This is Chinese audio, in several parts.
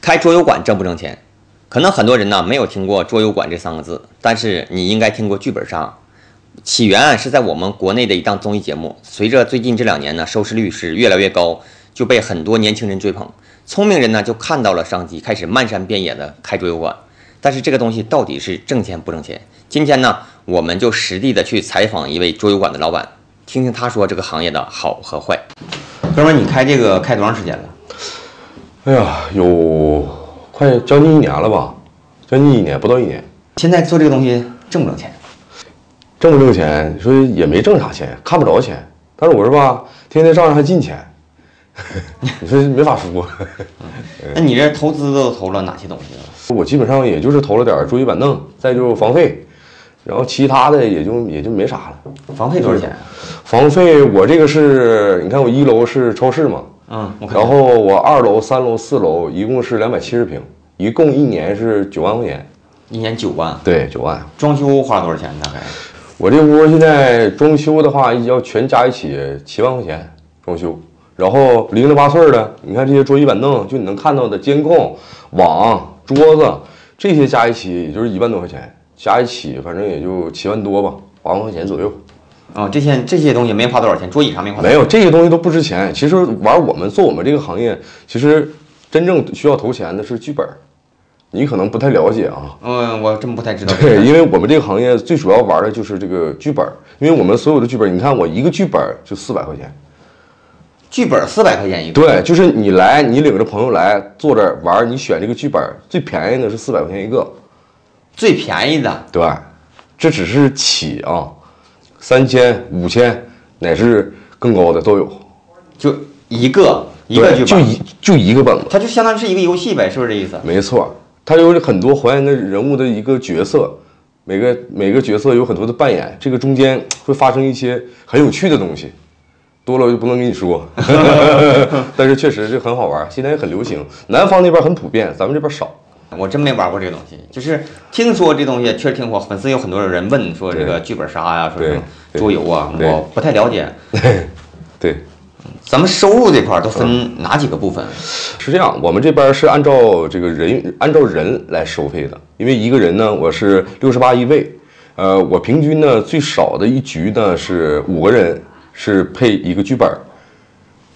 开桌游馆挣不挣钱？可能很多人呢没有听过桌游馆这三个字，但是你应该听过剧本杀。起源啊是在我们国内的一档综艺节目，随着最近这两年呢收视率是越来越高，就被很多年轻人追捧。聪明人呢就看到了商机，开始漫山遍野的开桌游馆。但是这个东西到底是挣钱不挣钱？今天呢，我们就实地的去采访一位桌游馆的老板，听听他说这个行业的好和坏。哥们儿，你开这个开多长时间了？哎呀，有快将近一年了吧，将近一年不到一年，现在做这个东西挣不挣钱？挣不挣钱？你说也没挣啥钱，看不着钱。但是我是吧，天天上还进钱， 你说没法说。那你这投资都投了哪些东西啊？我基本上也就是投了点桌椅板凳，再就是房费，然后其他的也就也就没啥了。房费多少钱啊？房费我这个是，你看我一楼是超市嘛，嗯，我看然后我二楼、三楼、四楼一共是两百七十平，一共一年是九万块钱。一年九万，对，九万。装修花多少钱？大概我这屋现在装修的话，要全加一起七万块钱装修，然后零零八碎儿的，你看这些桌椅板凳，就你能看到的监控、网、桌子这些加一起，也就是一万多块钱，加一起反正也就七万多吧，八万块钱左右。啊、这些这些东西没花多少钱，桌椅啥没花多少没有这些东西都不值钱。其实玩我们做我们这个行业，其实真正需要投钱的是剧本儿，你可能不太了解啊。嗯，我真不太知 道。对，因为我们这个行业最主要玩的就是这个剧本儿，因为我们所有的剧本儿，你看我一个剧本儿就四百块钱。剧本四百块钱一个，对，就是你来，你领着朋友来坐这儿玩儿，你选这个剧本儿最便宜的是四百块钱一个。最便宜的对，这只是起啊，三千、五千乃至更高的都有。就一个一个剧对本，就一就一个本子。它就相当于是一个游戏呗，是不是这意思？没错，它有很多还原的人物的一个角色，每个每个角色有很多的扮演，这个中间会发生一些很有趣的东西，多了我就不能跟你说， 但是确实是很好玩，现在也很流行，南方那边很普遍，咱们这边少。我真没玩过这个东西，就是听说这东西确实听过，粉丝有很多人问说这个剧本杀呀、说什么对桌游啊，对我不太了解。对，咱们收入这块儿都嗯分哪几个部分？是这样，我们这边是按照这个人按照人来收费的，因为一个人呢，我是六十八一位，呃，我平均呢最少的一局呢是五个人是配一个剧本，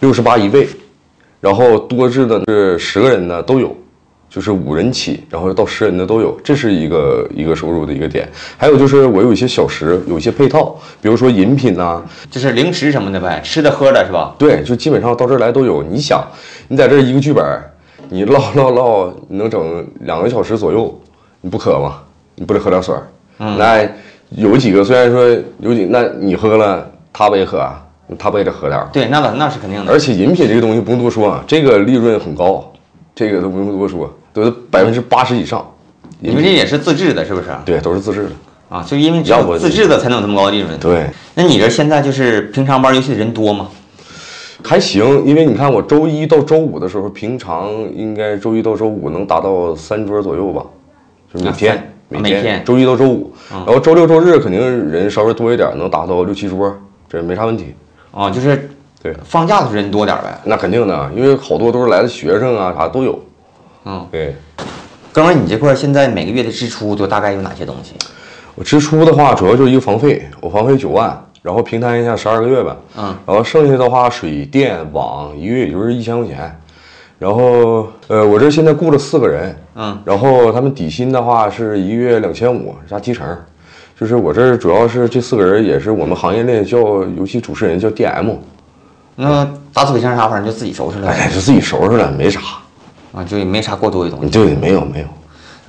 六十八一位，然后多至的是十个人呢都有，就是五人起，然后到十人的都有，这是一个一个收入的一个点。还有就是我有一些小食，有一些配套，比如说饮品啊呐、就是零食什么的呗，吃的喝的是吧？对，就基本上到这儿来都有。你想，你在这儿一个剧本儿，你唠唠唠，你能整两个小时左右，你不渴吗？你不得喝点水儿？那有几个虽然说有几，那你喝了，他不也喝啊？他不也得喝点儿吗？对，那倒那是肯定的。而且饮品这个东西不用多说啊，这个利润很高，这个都不用多说，都是百分之八十以上。你们这也是自制的，是不是？对，都是自制的。啊，就因为只要有不自制的才能有这么高的利润。对，那你这现在就是平常玩游戏的人多吗？还行，因为你看我周一到周五的时候，平常应该周一到周五能达到三桌左右吧，就是每天、啊三每每天嗯周一到周五，然后周六周日肯定人稍微多一点，能达到六七桌，这没啥问题。啊，就是对放假的时候人多点儿呗。那肯定的，因为好多都是来的学生啊，啥都有。嗯，对哥们儿，你这块儿现在每个月的支出都大概有哪些东西？我支出的话，主要就是一个房费，我房费九万，然后平摊一下十二个月吧。嗯，然后剩下的话，水电网一个月也就是一千块钱。然后，呃，我这现在雇了四个人，嗯，然后他们底薪的话是一个月两千五加提成，就是我这儿主要是这四个人也是我们行业内叫游戏主持人叫 DM，那打死鬼像啥，反正就自己收拾了哎，呗。就自己收拾了，没啥，啊，就也没啥过多的东西。对，没有没有。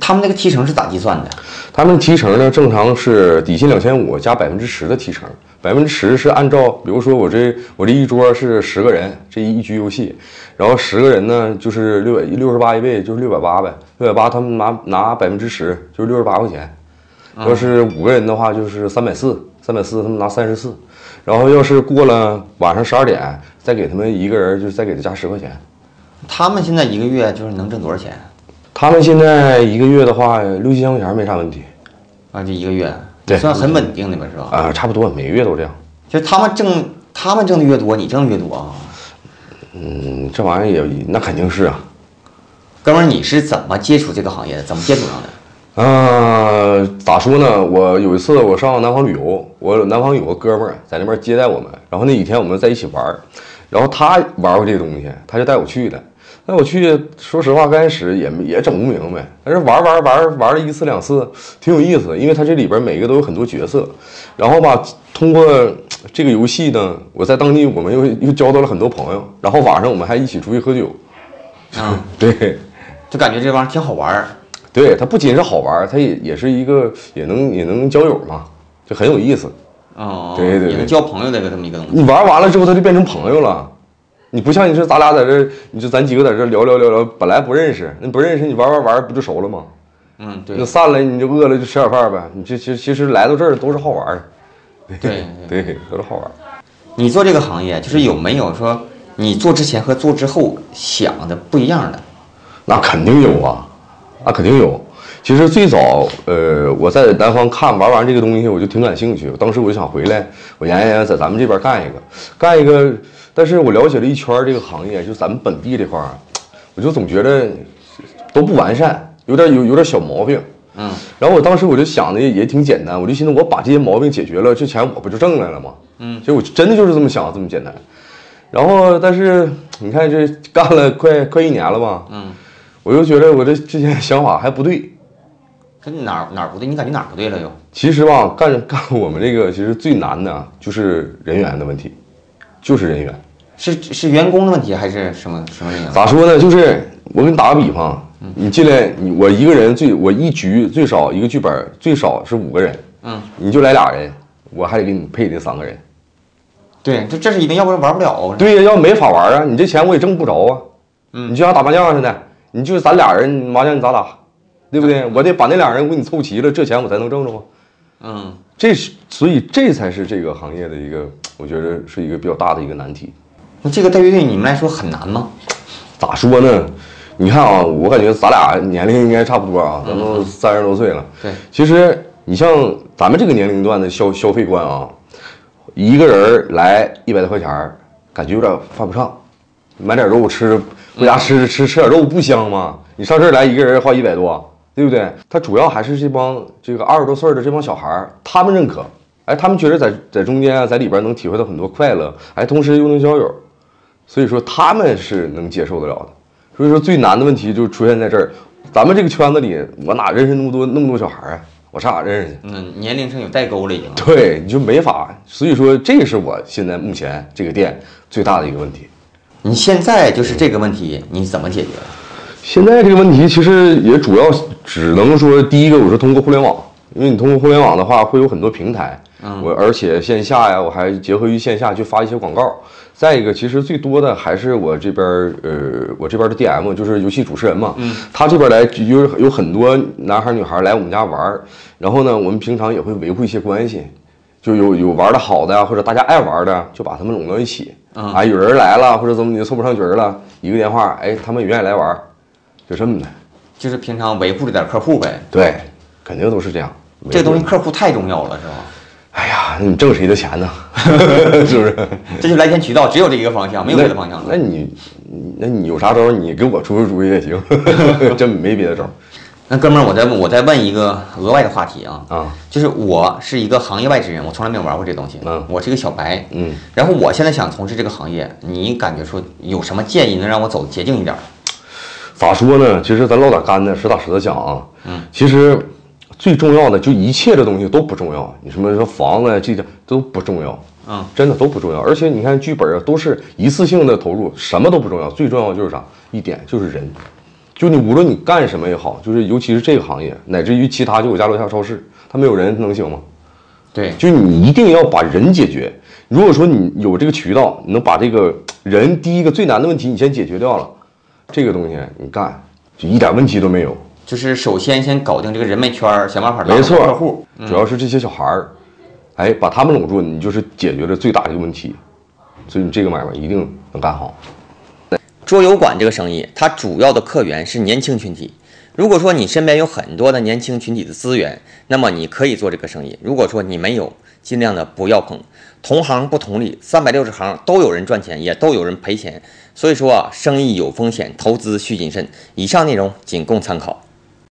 他们那个提成是咋计算的？他们提成呢，正常是底薪两千五加百分之十的提成，百分之十是按照，比如说我这我这一桌是十个人，这一一局游戏，然后十个人呢就是六百六十八一位，就是六百八呗，六百八他们拿拿百分之十，就是六十八块钱。要是五个人的话，就是三百四，三百四他们拿三十四，然后要是过了晚上十二点，再给他们一个人就是再给他加十块钱。他们现在一个月就是能挣多少钱？他们现在一个月的话六七千块钱没啥问题啊，这一个月对算很稳定的呗，是吧？啊、差不多每个月都这样。就是他们挣，他们挣的越多，你挣的越多啊。嗯，这玩意儿也那肯定是啊，哥们儿，你是怎么接触这个行业的？怎么接触上的？啊，咋说呢？我有一次我上南方旅游，我南方有个哥们儿在那边接待我们，然后那几天我们在一起玩儿，然后他玩过这东西，他就带我去的。带我去，说实话，刚开始也没也整不明白，但是玩玩玩玩了一次两次，挺有意思的，因为它这里边每个都有很多角色，然后吧，通过这个游戏呢，我在当地我们又又交到了很多朋友，然后晚上我们还一起出去喝酒，啊， 对。就感觉这玩意儿挺好玩儿。对，它不仅是好玩儿，它也也是一个也能也能交友嘛，就很有意思。哦，对对对也能交朋友的一个这么一个东西。你玩完了之后，它就变成朋友了。你不像你说咱俩在这儿，你就咱几个在这儿聊聊聊聊，本来不认识，那不认识你玩玩玩儿不就熟了吗？嗯，对就散了，你就饿了就吃点饭呗。你这其实其实来到这儿都是好玩儿对对。的，对，都是好玩儿。你做这个行业，就是有没有说你做之前和做之后想的不一样的？那肯定有啊，那肯定有。其实最早，呃，我在南方看玩完这个东西，我就挺感兴趣。当时我就想回来，我研究研究，在咱们这边干一个，干一个。但是我了解了一圈儿这个行业，就咱们本地这块儿，我就总觉得都不完善，有点有有点小毛病。嗯，然后我当时我就想的也挺简单，我就寻思我把这些毛病解决了，这钱我不就挣来了吗？嗯，其实我真的就是这么想，这么简单。然后，但是你看这干了快快一年了吧？嗯，我就觉得我这之前想法还不对。这哪儿哪儿不对？你感觉哪儿不对了又？其实吧，干干我们这个其实最难的就是人员的问题，就是人员。是是员工的问题还是什么什么原因？啊咋说呢？就是我给你打个比方，你进来，你我一个人最我一局最少一个剧本最少是五个人，嗯，你就来俩人，我还得给你配这三个人。对，这这是一定，要不然玩不了。对呀，要没法玩啊，你这钱我也挣不着啊。嗯，你就像打麻将似的，你就咱俩人麻将你咋打，对不对？我得把那俩人给你凑齐了，这钱我才能挣着啊。嗯，这是所以这才是这个行业的一个，我觉得是一个比较大的一个难题。那这个对于你们来说很难吗？咋说呢？你看啊，我感觉咱俩年龄应该差不多啊，咱都三十多岁了。对，其实你像咱们这个年龄段的消消费观啊，一个人来一百多块钱儿，感觉有点犯不上。买点肉吃，回家吃吃吃点肉不香吗？你上这儿来一个人花一百多，对不对？他主要还是这帮这个二十多岁的这帮小孩儿，他们认可，哎，他们觉得在在中间啊，在里边能体会到很多快乐，哎，同时又能交友，所以说他们是能接受得了的。所以说最难的问题就出现在这儿，咱们这个圈子里，我哪认识那么多那么多小孩儿啊？我上哪认识去？嗯，年龄上有代沟了已经。对，你就没法。所以说，这是我现在目前这个店最大的一个问题。你现在就是这个问题，你怎么解决？现在这个问题其实也主要只能说，第一个我是通过互联网，因为你通过互联网的话，会有很多平台，我而且线下呀，我还结合于线下去发一些广告。再一个，其实最多的还是我这边儿呃，我这边儿的 DM 就是游戏主持人嘛，他这边来有有很多男孩儿女孩儿来我们家玩儿，然后呢，我们平常也会维护一些关系，就有有玩的好的啊或者大家爱玩的，就把他们拢到一起。啊，有人来了或者怎么你凑不上局儿了，一个电话，哎，他们愿意来玩儿，就这么的。就是平常维护着点客户呗。对，肯定都是这样。这个东西没，客户太重要了，是吧？哎呀，那你挣谁的钱呢？是不是？这就来钱渠道，只有这一个方向，没有别的方向那了。你，那你有啥招儿，你给我出出主意也行， 真没别的招儿那哥们儿，我再问我再问一个额外的话题啊，啊。就是我是一个行业外之人，我从来没有玩过这东西，嗯我是一个小白。嗯，然后我现在想从事这个行业，你感觉说有什么建议能让我走捷径一点儿？咋说呢？其实咱唠点干的，实打实的讲啊。嗯，其实最重要的就一切的东西都不重要，你什么说房子这些都不重要。嗯，真的都不重要。而且你看剧本啊，都是一次性的投入，什么都不重要。最重要的就是啥？一点就是人。就你无论你干什么也好，就是尤其是这个行业，乃至于其他，就我家楼下超市，它没有人能行吗？对，就你一定要把人解决。如果说你有这个渠道，你能把这个人第一个最难的问题你先解决掉了，这个东西你干就一点问题都没有。就是首先先搞定这个人脉圈儿，想办法拉没拢错，客户。主要是这些小孩儿，哎，把他们拢住，你就是解决了最大的一个问题。所以你这个买卖一定能干好。桌游馆这个生意，它主要的客源是年轻群体。如果说你身边有很多的年轻群体的资源，那么你可以做这个生意；如果说你没有，尽量的不要捧。同行不同理，三百六十行都有人赚钱，也都有人赔钱。所以说啊，生意有风险，投资需谨慎。以上内容仅供参考。